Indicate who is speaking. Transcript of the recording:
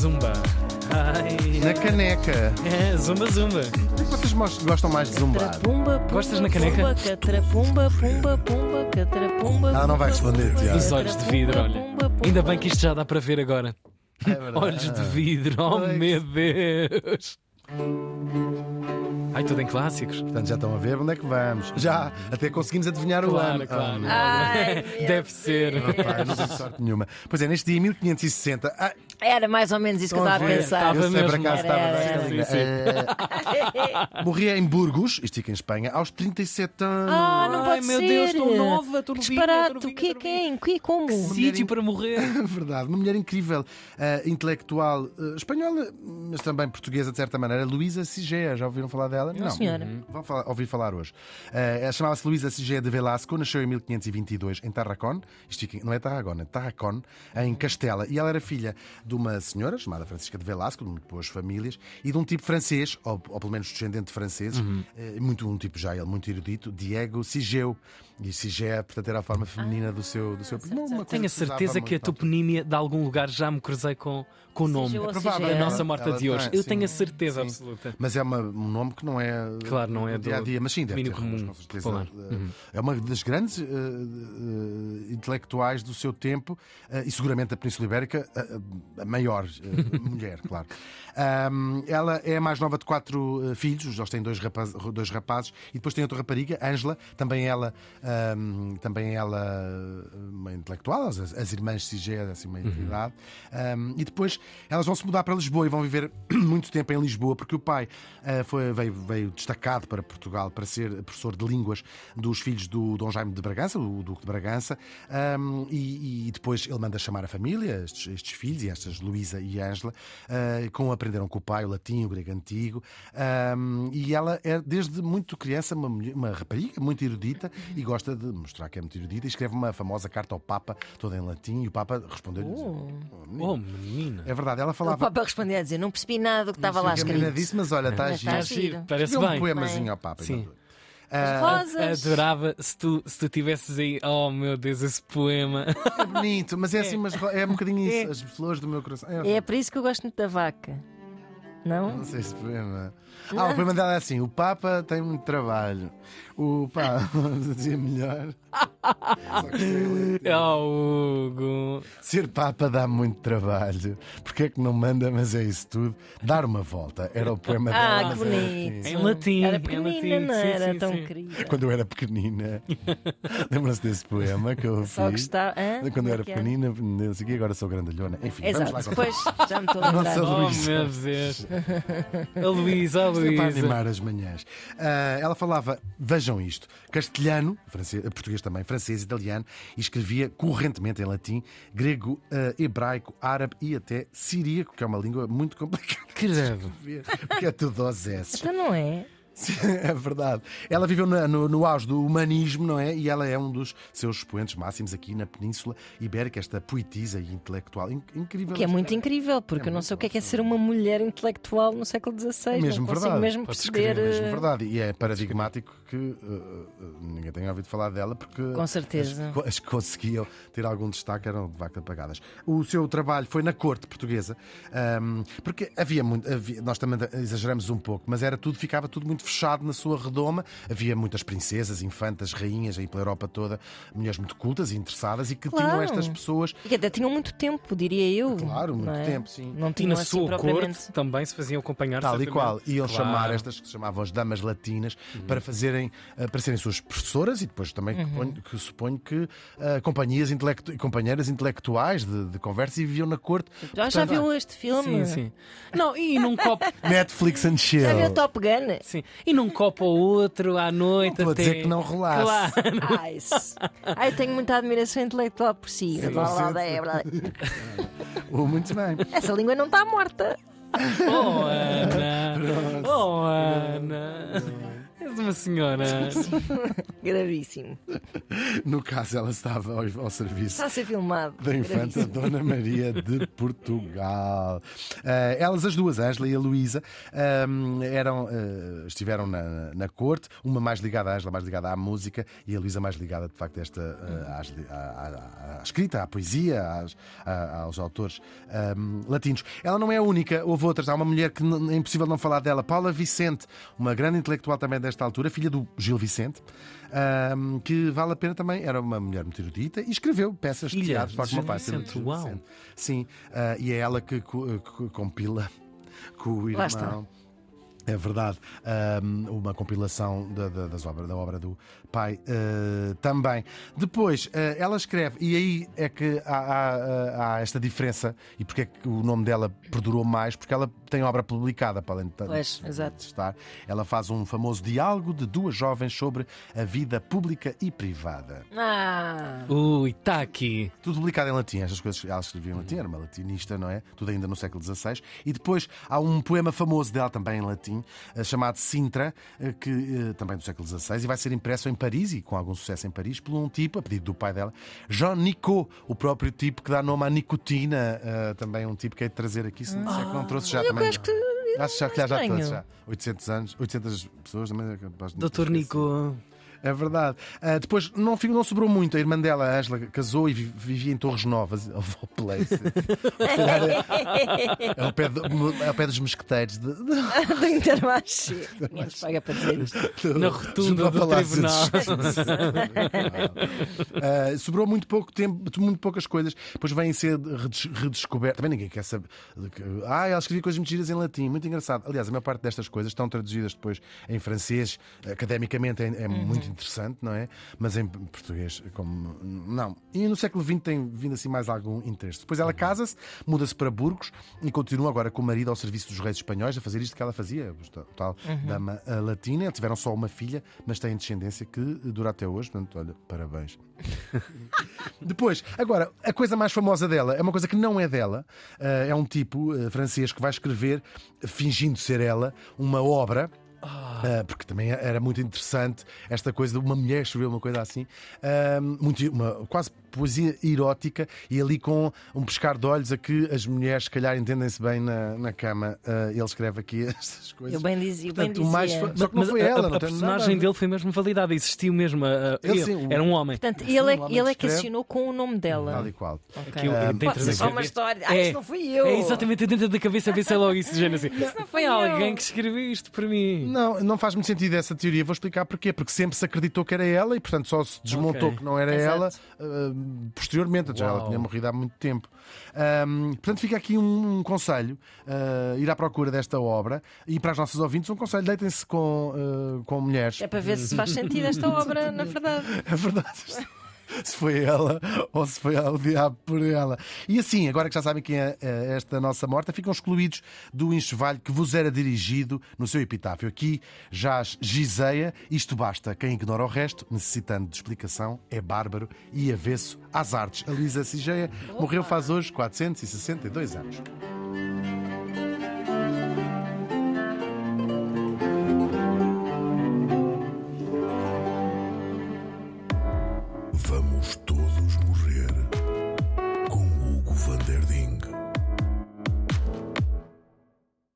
Speaker 1: zumba. Ai.
Speaker 2: Na caneca.
Speaker 1: É, zumba, zumba.
Speaker 2: O que é que vocês mos- gostam mais de zumbar?
Speaker 3: Catrapumba, pumba,
Speaker 1: Gostas na caneca?
Speaker 3: Pumba, catrapumba, pumba, pumba, catrapumba.
Speaker 2: Ela não vai
Speaker 3: pumba,
Speaker 2: responder,
Speaker 3: pumba,
Speaker 2: Tiago.
Speaker 1: Os olhos de vidro, olha. Ainda bem que isto já dá para ver agora.
Speaker 2: É verdade.
Speaker 1: Olhos de vidro, oh
Speaker 2: Ai, que-
Speaker 1: meu Deus. Ai, tudo em clássicos.
Speaker 2: Portanto, já estão a ver onde é que vamos. Já, até conseguimos adivinhar o ano.
Speaker 1: Claro, claro.
Speaker 2: Ah,
Speaker 3: Ai, meu
Speaker 1: Deve ser.
Speaker 2: pá, eu não tenho sorte nenhuma. Pois é, neste dia 1560. Ah,
Speaker 1: é.
Speaker 3: Era mais ou menos isso que eu
Speaker 2: estão a
Speaker 3: estava
Speaker 1: Estava
Speaker 2: ver?
Speaker 3: a pensar.
Speaker 2: Eu sei, por
Speaker 1: mesmo.
Speaker 2: acaso
Speaker 3: Era,
Speaker 2: estava bem,
Speaker 3: era,
Speaker 2: Carolina. Eh, Morria em Burgos, isto fica em Espanha, aos 37 anos.
Speaker 3: Ah, não
Speaker 1: Ai,
Speaker 3: pode
Speaker 1: meu
Speaker 3: ser.
Speaker 1: Deus, estou nova, estou
Speaker 3: Que
Speaker 1: novinha,
Speaker 3: Disparate,
Speaker 1: estou
Speaker 3: o que é um?
Speaker 1: novinha,
Speaker 3: quem? Que como?
Speaker 1: Sítio para morrer.
Speaker 2: É Verdade, uma mulher incrível, eh, intelectual eh, espanhola, mas também portuguesa de certa maneira, Luísa Sigea. Já ouviram falar dela? Não, Uhum.
Speaker 3: senhora.
Speaker 2: Vão falar- ouvir falar hoje. Eh, ela chamava-se Luísa Sigea de Velasco, nasceu em 1522 em Tarracón, isto fica em- não é Tarragona, Tarracón, em Castela. E ela era filha de uma senhora chamada Francisca de Velasco, de muito boas famílias, e de um tipo francês, ou, ou pelo menos descendente de franceses,
Speaker 1: Uhum.
Speaker 2: eh, muito, um tipo já ele muito erudito, Diego Sigeu. E Sigea, portanto, era a forma feminina do seu, do seu primo. Uma coisa
Speaker 1: Ah, Tenho a
Speaker 2: que se usava
Speaker 1: certeza que a
Speaker 2: muito na altura.
Speaker 1: toponímia de algum lugar já me cruzei com, com o nome.
Speaker 3: ou
Speaker 2: provável.
Speaker 1: é A
Speaker 3: seja,
Speaker 1: nossa morta
Speaker 2: Ela
Speaker 1: de hoje.
Speaker 2: tem,
Speaker 1: Eu
Speaker 2: sim.
Speaker 1: tenho a certeza
Speaker 2: Sim.
Speaker 1: absoluta.
Speaker 2: Mas é uma- um nome que não é.
Speaker 1: Claro, não é do
Speaker 2: dia a dia, mas sim, deve ter
Speaker 1: domínio
Speaker 2: algumas,
Speaker 1: comum Uhum.
Speaker 2: com certeza.
Speaker 1: popular.
Speaker 2: Eh, É uma das grandes eh, eh, intelectuais do seu tempo eh, e seguramente da Península Ibérica, eh, a maior eh, mulher, claro. Ahm, ela é a mais nova de quatro eh, filhos, eles têm dois, rapaz- dois rapazes e depois tem outra rapariga, Ângela, também ela, ahm, também ela eh, uma intelectual, as, as irmãs Sigé, assim,
Speaker 1: Uhum.
Speaker 2: uma entidade. Ahm, e depois elas vão se mudar para Lisboa e vão viver muito tempo em Lisboa, porque o pai ah, foi, veio, veio destacado para Portugal para ser professor de línguas dos filhos do Dom Jaime de Bragança, o Duque de Bragança, ahm, e, e depois ele manda chamar a família, estes, estes filhos, e estas Luísa e Ângela, ah, com aprenderam com o pai o latim, o grego antigo, ahm, e ela é desde muito criança uma, mulher- uma rapariga muito erudita e gosta de mostrar que é muito erudita e escreve uma famosa carta ao Papa, toda em latim, e o Papa respondeu-lhe. dizendo,
Speaker 1: Oh, menina.
Speaker 2: É verdade, ela
Speaker 3: O
Speaker 2: falava.
Speaker 3: Papa respondeu a dizer: não percebi nada do que estava lá
Speaker 2: "Sim, a menina
Speaker 3: escrito.
Speaker 2: disse, mas olha, está
Speaker 3: Mas
Speaker 2: giro.
Speaker 3: está
Speaker 1: giro,
Speaker 3: giro.
Speaker 1: parece
Speaker 2: Escreveu um
Speaker 1: bem.
Speaker 2: poemazinho ao Papa.
Speaker 1: Sim.
Speaker 2: Imaduro.
Speaker 3: Rosas.
Speaker 1: Ah, Adorava se tu, se tu tivesses aí. Oh meu Deus, esse poema.
Speaker 2: É bonito, mas é assim, mas é um bocadinho isso. As flores do meu coração.
Speaker 3: É por isso que eu gosto muito da vaca. Não?
Speaker 2: Não sei se problema. Ah, o problema dela é assim: o Papa tem muito trabalho. O Papa dizia melhor. Só que sei ler.
Speaker 1: Oh, Hugo.
Speaker 2: Ser Papa dá muito trabalho. Porque é que não manda, mas é isso tudo. Dar uma volta. Era o poema dela.
Speaker 3: Ah, que
Speaker 2: mas era pequenino.
Speaker 3: bonito.
Speaker 1: Em latim,
Speaker 3: Era
Speaker 1: em
Speaker 3: pequenina,
Speaker 1: latim,
Speaker 3: não
Speaker 1: sim,
Speaker 3: era
Speaker 1: sim,
Speaker 3: tão
Speaker 1: sim.
Speaker 3: querida.
Speaker 2: Quando eu era pequenina, lembram-se desse poema que eu
Speaker 3: Só
Speaker 2: fiz?
Speaker 3: gostava. hã?
Speaker 2: Quando eu era
Speaker 3: Como é que é?
Speaker 2: pequenina, não sei o quê, agora sou grandalhona. Enfim, vamos lá então.
Speaker 3: Exato,
Speaker 2: contar.
Speaker 3: depois já me estou a
Speaker 2: Nossa,
Speaker 3: lembrar.
Speaker 1: Oh
Speaker 2: Luísa.
Speaker 1: meu Deus. Oh, A Luísa, a
Speaker 2: Isto é para
Speaker 1: Luísa.
Speaker 2: animar as manhãs. Ah, ela falava, vejam isto, castelhano, francês, português também, francês, italiano, e escrevia correntemente em latim, grego, ah, hebraico, árabe e até siríaco, que é uma língua muito complicada
Speaker 1: Credo.
Speaker 2: de ver, porque é tudo aos S.
Speaker 3: Então não é?
Speaker 2: é verdade. Ela viveu na- no, no auge do humanismo, não é? E ela é um dos seus expoentes máximos aqui na Península Ibérica, esta poetisa e intelectual. In- incrível.
Speaker 3: Que é muito incrível, porque eu não sei o que é que é ser uma mulher intelectual no século XVI.
Speaker 2: Mesmo
Speaker 3: não consigo
Speaker 2: verdade.
Speaker 3: mesmo
Speaker 1: Podes
Speaker 3: perceber.
Speaker 2: É mesmo
Speaker 3: eh,
Speaker 2: verdade. E é paradigmático que uh, uh, ninguém tenha ouvido falar dela, porque
Speaker 3: Com certeza.
Speaker 2: as, co- as que conseguiam ter algum destaque eram de vaca pagadas. O seu trabalho foi na corte portuguesa, ahm, porque havia muito. havia- nós também exageramos um pouco, mas era tudo, ficava tudo muito fechado na sua redoma. Havia muitas princesas, infantas, rainhas aí pela Europa toda, mulheres muito cultas e interessadas e que tinham
Speaker 3: Claro.
Speaker 2: estas pessoas.
Speaker 3: E que até tinham muito tempo, diria eu.
Speaker 2: Claro, muito
Speaker 3: não é?
Speaker 2: tempo, sim.
Speaker 3: Não
Speaker 1: E
Speaker 3: tinham
Speaker 1: na
Speaker 3: assim
Speaker 1: sua
Speaker 3: propriamente.
Speaker 1: corte também se faziam acompanhar.
Speaker 2: Tal e
Speaker 1: certamente.
Speaker 2: qual. E
Speaker 1: Claro.
Speaker 2: eles
Speaker 1: Uhum.
Speaker 2: chamaram estas que se chamavam as damas latinas para fazerem, eh, para serem suas professoras e depois também que ponho- que suponho que eh, companhias intelectu companheiras intelectuais de, de conversa e viviam na corte.
Speaker 3: Ah, já viu este
Speaker 1: Sim,
Speaker 3: filme?
Speaker 1: sim. Não, e num copo.
Speaker 2: Netflix and chill.
Speaker 3: Já viu o Top Gun?
Speaker 1: Sim. E num copo ou outro à noite
Speaker 2: Vou
Speaker 1: até.
Speaker 2: dizer que não relaxe.
Speaker 1: Claro.
Speaker 3: Ai, s- Ai, tenho muita admiração intelectual por si. Blá, blá, blá, blá.
Speaker 2: Oh, muito bem.
Speaker 3: Essa língua não está morta.
Speaker 1: Oh, Ana! Oh, Ana! És És uma senhora.
Speaker 3: Gravíssimo.
Speaker 2: No caso, ela estava ao, ao serviço
Speaker 3: Está a ser filmado.
Speaker 2: da infanta
Speaker 3: Gravíssimo.
Speaker 2: Dona Maria de Portugal. Eh, elas, as duas, a Ângela e a Luísa, ehm, eram, eh, estiveram na, na corte, uma mais ligada à Ângela, mais ligada à música, e a Luísa mais ligada, de facto, a esta, eh, às li- à, à- à escrita, à poesia, às- a- aos autores ehm, latinos. Ela não é a única, houve outras. Há uma mulher que n- é impossível não falar dela, Paula Vicente, uma grande intelectual também desta altura, filha do Gil Vicente, ehm, que vale a pena também, era uma mulher muito erudita e escreveu peças
Speaker 1: Filha
Speaker 2: Teatro
Speaker 1: de
Speaker 2: Toque
Speaker 1: Gil
Speaker 2: Meu Pai,
Speaker 1: Vicente,
Speaker 2: Gil
Speaker 1: uau.
Speaker 2: Vicente. Sim, ah, e é ela que, co- que compila com o
Speaker 3: Lá está.
Speaker 2: irmão. É verdade, ahm, uma compilação da, da- das obra, da obra do pai ah, também. Depois, ah, ela escreve, e aí é que há, ah, há- há esta diferença, e porque é que o nome dela perdurou mais, porque ela tem obra publicada, para além de, ta-
Speaker 3: Pois, exato.
Speaker 2: estar. Ela faz um famoso diálogo de duas jovens sobre a vida pública e privada.
Speaker 3: Ah,
Speaker 1: Ui, está aqui.
Speaker 2: Tudo publicado em latim, estas coisas ela escrevia em latim, era uma latinista, não é? Tudo ainda no século XVI. E depois há um poema famoso dela também em latim, eh, chamado Sintra, eh, que eh, também do século XVI, e vai ser impresso em Paris, e com algum sucesso em Paris, por um tipo, a pedido do pai dela, Jean Nicot, o próprio tipo que dá nome à nicotina, eh, também um tipo que é de trazer aqui, se, se é que não trouxe já também.
Speaker 3: Ah, acho que-
Speaker 2: Acho já que já, já
Speaker 3: estranho.
Speaker 2: trouxe já. 800 anos, 800 pessoas também. é capaz de-
Speaker 1: Doutor Nico.
Speaker 2: é verdade. Ah, depois, não, fi- não sobrou muito. A irmã dela, a Angela, casou e vi- vivia em Torres Novas. Of all places. Se calhar é, é ao pé, do- é ao pé dos mosqueteiros. De, de,
Speaker 3: do Intermarché. Ninguém nos paga para dizer isto.
Speaker 2: do-
Speaker 1: Na rotunda
Speaker 2: junto ao
Speaker 1: do
Speaker 2: Palácio de
Speaker 1: tribunal.
Speaker 2: Justiça. Ah, sobrou muito pouco tempo, muito poucas coisas. Depois vêm ser redes- redescobertas. Também ninguém quer saber. de que- Ah, ela escrevia coisas mentiras em latim. Muito engraçado. Aliás, a maior parte destas coisas estão traduzidas depois em francês. Academicamente é, é muito interessante, não é? Mas em português, como. Não. E no século XX tem vindo assim mais algum interesse. Depois ela casa-se, muda-se para Burgos e continua agora com o marido ao serviço dos reis espanhóis a fazer isto que ela fazia, o tal- tal dama ah, latina. Tiveram só uma filha, mas têm descendência que dura até hoje. Portanto, olha, parabéns. Depois, agora, a coisa mais famosa dela é uma coisa que não é dela. eh, é um tipo eh, francês que vai escrever, fingindo ser ela, uma obra. eh, porque também era muito interessante esta coisa de uma mulher escrever uma coisa assim, eh, muito, uma, quase poesia erótica, e ali com um pescar de olhos a que as mulheres, se calhar, entendem-se bem na, na cama. eh, ele escreve aqui estas coisas.
Speaker 3: Eu bem dizia. eu
Speaker 2: Portanto,
Speaker 3: bem
Speaker 2: o mais
Speaker 3: dizia.
Speaker 2: fa- Só que não
Speaker 1: Mas
Speaker 2: foi
Speaker 1: a-
Speaker 2: ela,
Speaker 1: a,
Speaker 2: não
Speaker 1: a
Speaker 2: tem nada a
Speaker 1: personagem
Speaker 2: ver.
Speaker 1: dele foi mesmo validada, existiu mesmo. a- a-
Speaker 2: Ele,
Speaker 1: ele-
Speaker 2: sim, o-
Speaker 1: Era um homem.
Speaker 3: Portanto,
Speaker 2: um
Speaker 3: ele é,
Speaker 2: homem
Speaker 3: ele é que
Speaker 2: escreve.
Speaker 3: assinou com o nome
Speaker 2: Tal
Speaker 3: dela.
Speaker 2: e qual.
Speaker 3: Ok.
Speaker 1: Aquilo, dentro
Speaker 3: Pode ser
Speaker 1: da
Speaker 3: só uma
Speaker 1: cabeça-
Speaker 3: história. Ah,
Speaker 1: É.
Speaker 3: isto não fui eu.
Speaker 1: É exatamente dentro da cabeça, a ver se é logo isso, género assim.
Speaker 3: não fui
Speaker 1: Foi alguém
Speaker 3: eu.
Speaker 1: que escreveu isto para mim.
Speaker 2: Não, não faz muito sentido essa teoria. Vou explicar porquê. Porque sempre se acreditou que era ela e, portanto, só se desmontou
Speaker 1: Ok.
Speaker 2: que não era
Speaker 3: Exato.
Speaker 2: ela ah, posteriormente. Já ela
Speaker 1: Uau.
Speaker 2: tinha morrido há muito tempo. Ahm, portanto, fica aqui um, um conselho: ah, ir à procura desta obra e para as nossas ouvintes, um conselho: deitem-se com, ah, com mulheres.
Speaker 3: É para ver se faz sentido esta obra, na verdade.
Speaker 2: É verdade. Se foi ela ou se foi o diabo por ela. E assim, agora que já sabem quem é eh, esta nossa morta, ficam excluídos do enxovalho que vos era dirigido no seu epitáfio. Aqui jaz Giseia, isto basta. Quem ignora o resto, necessitando de explicação, é bárbaro e avesso às artes. A Luísa Sigeia morreu faz hoje 462 anos.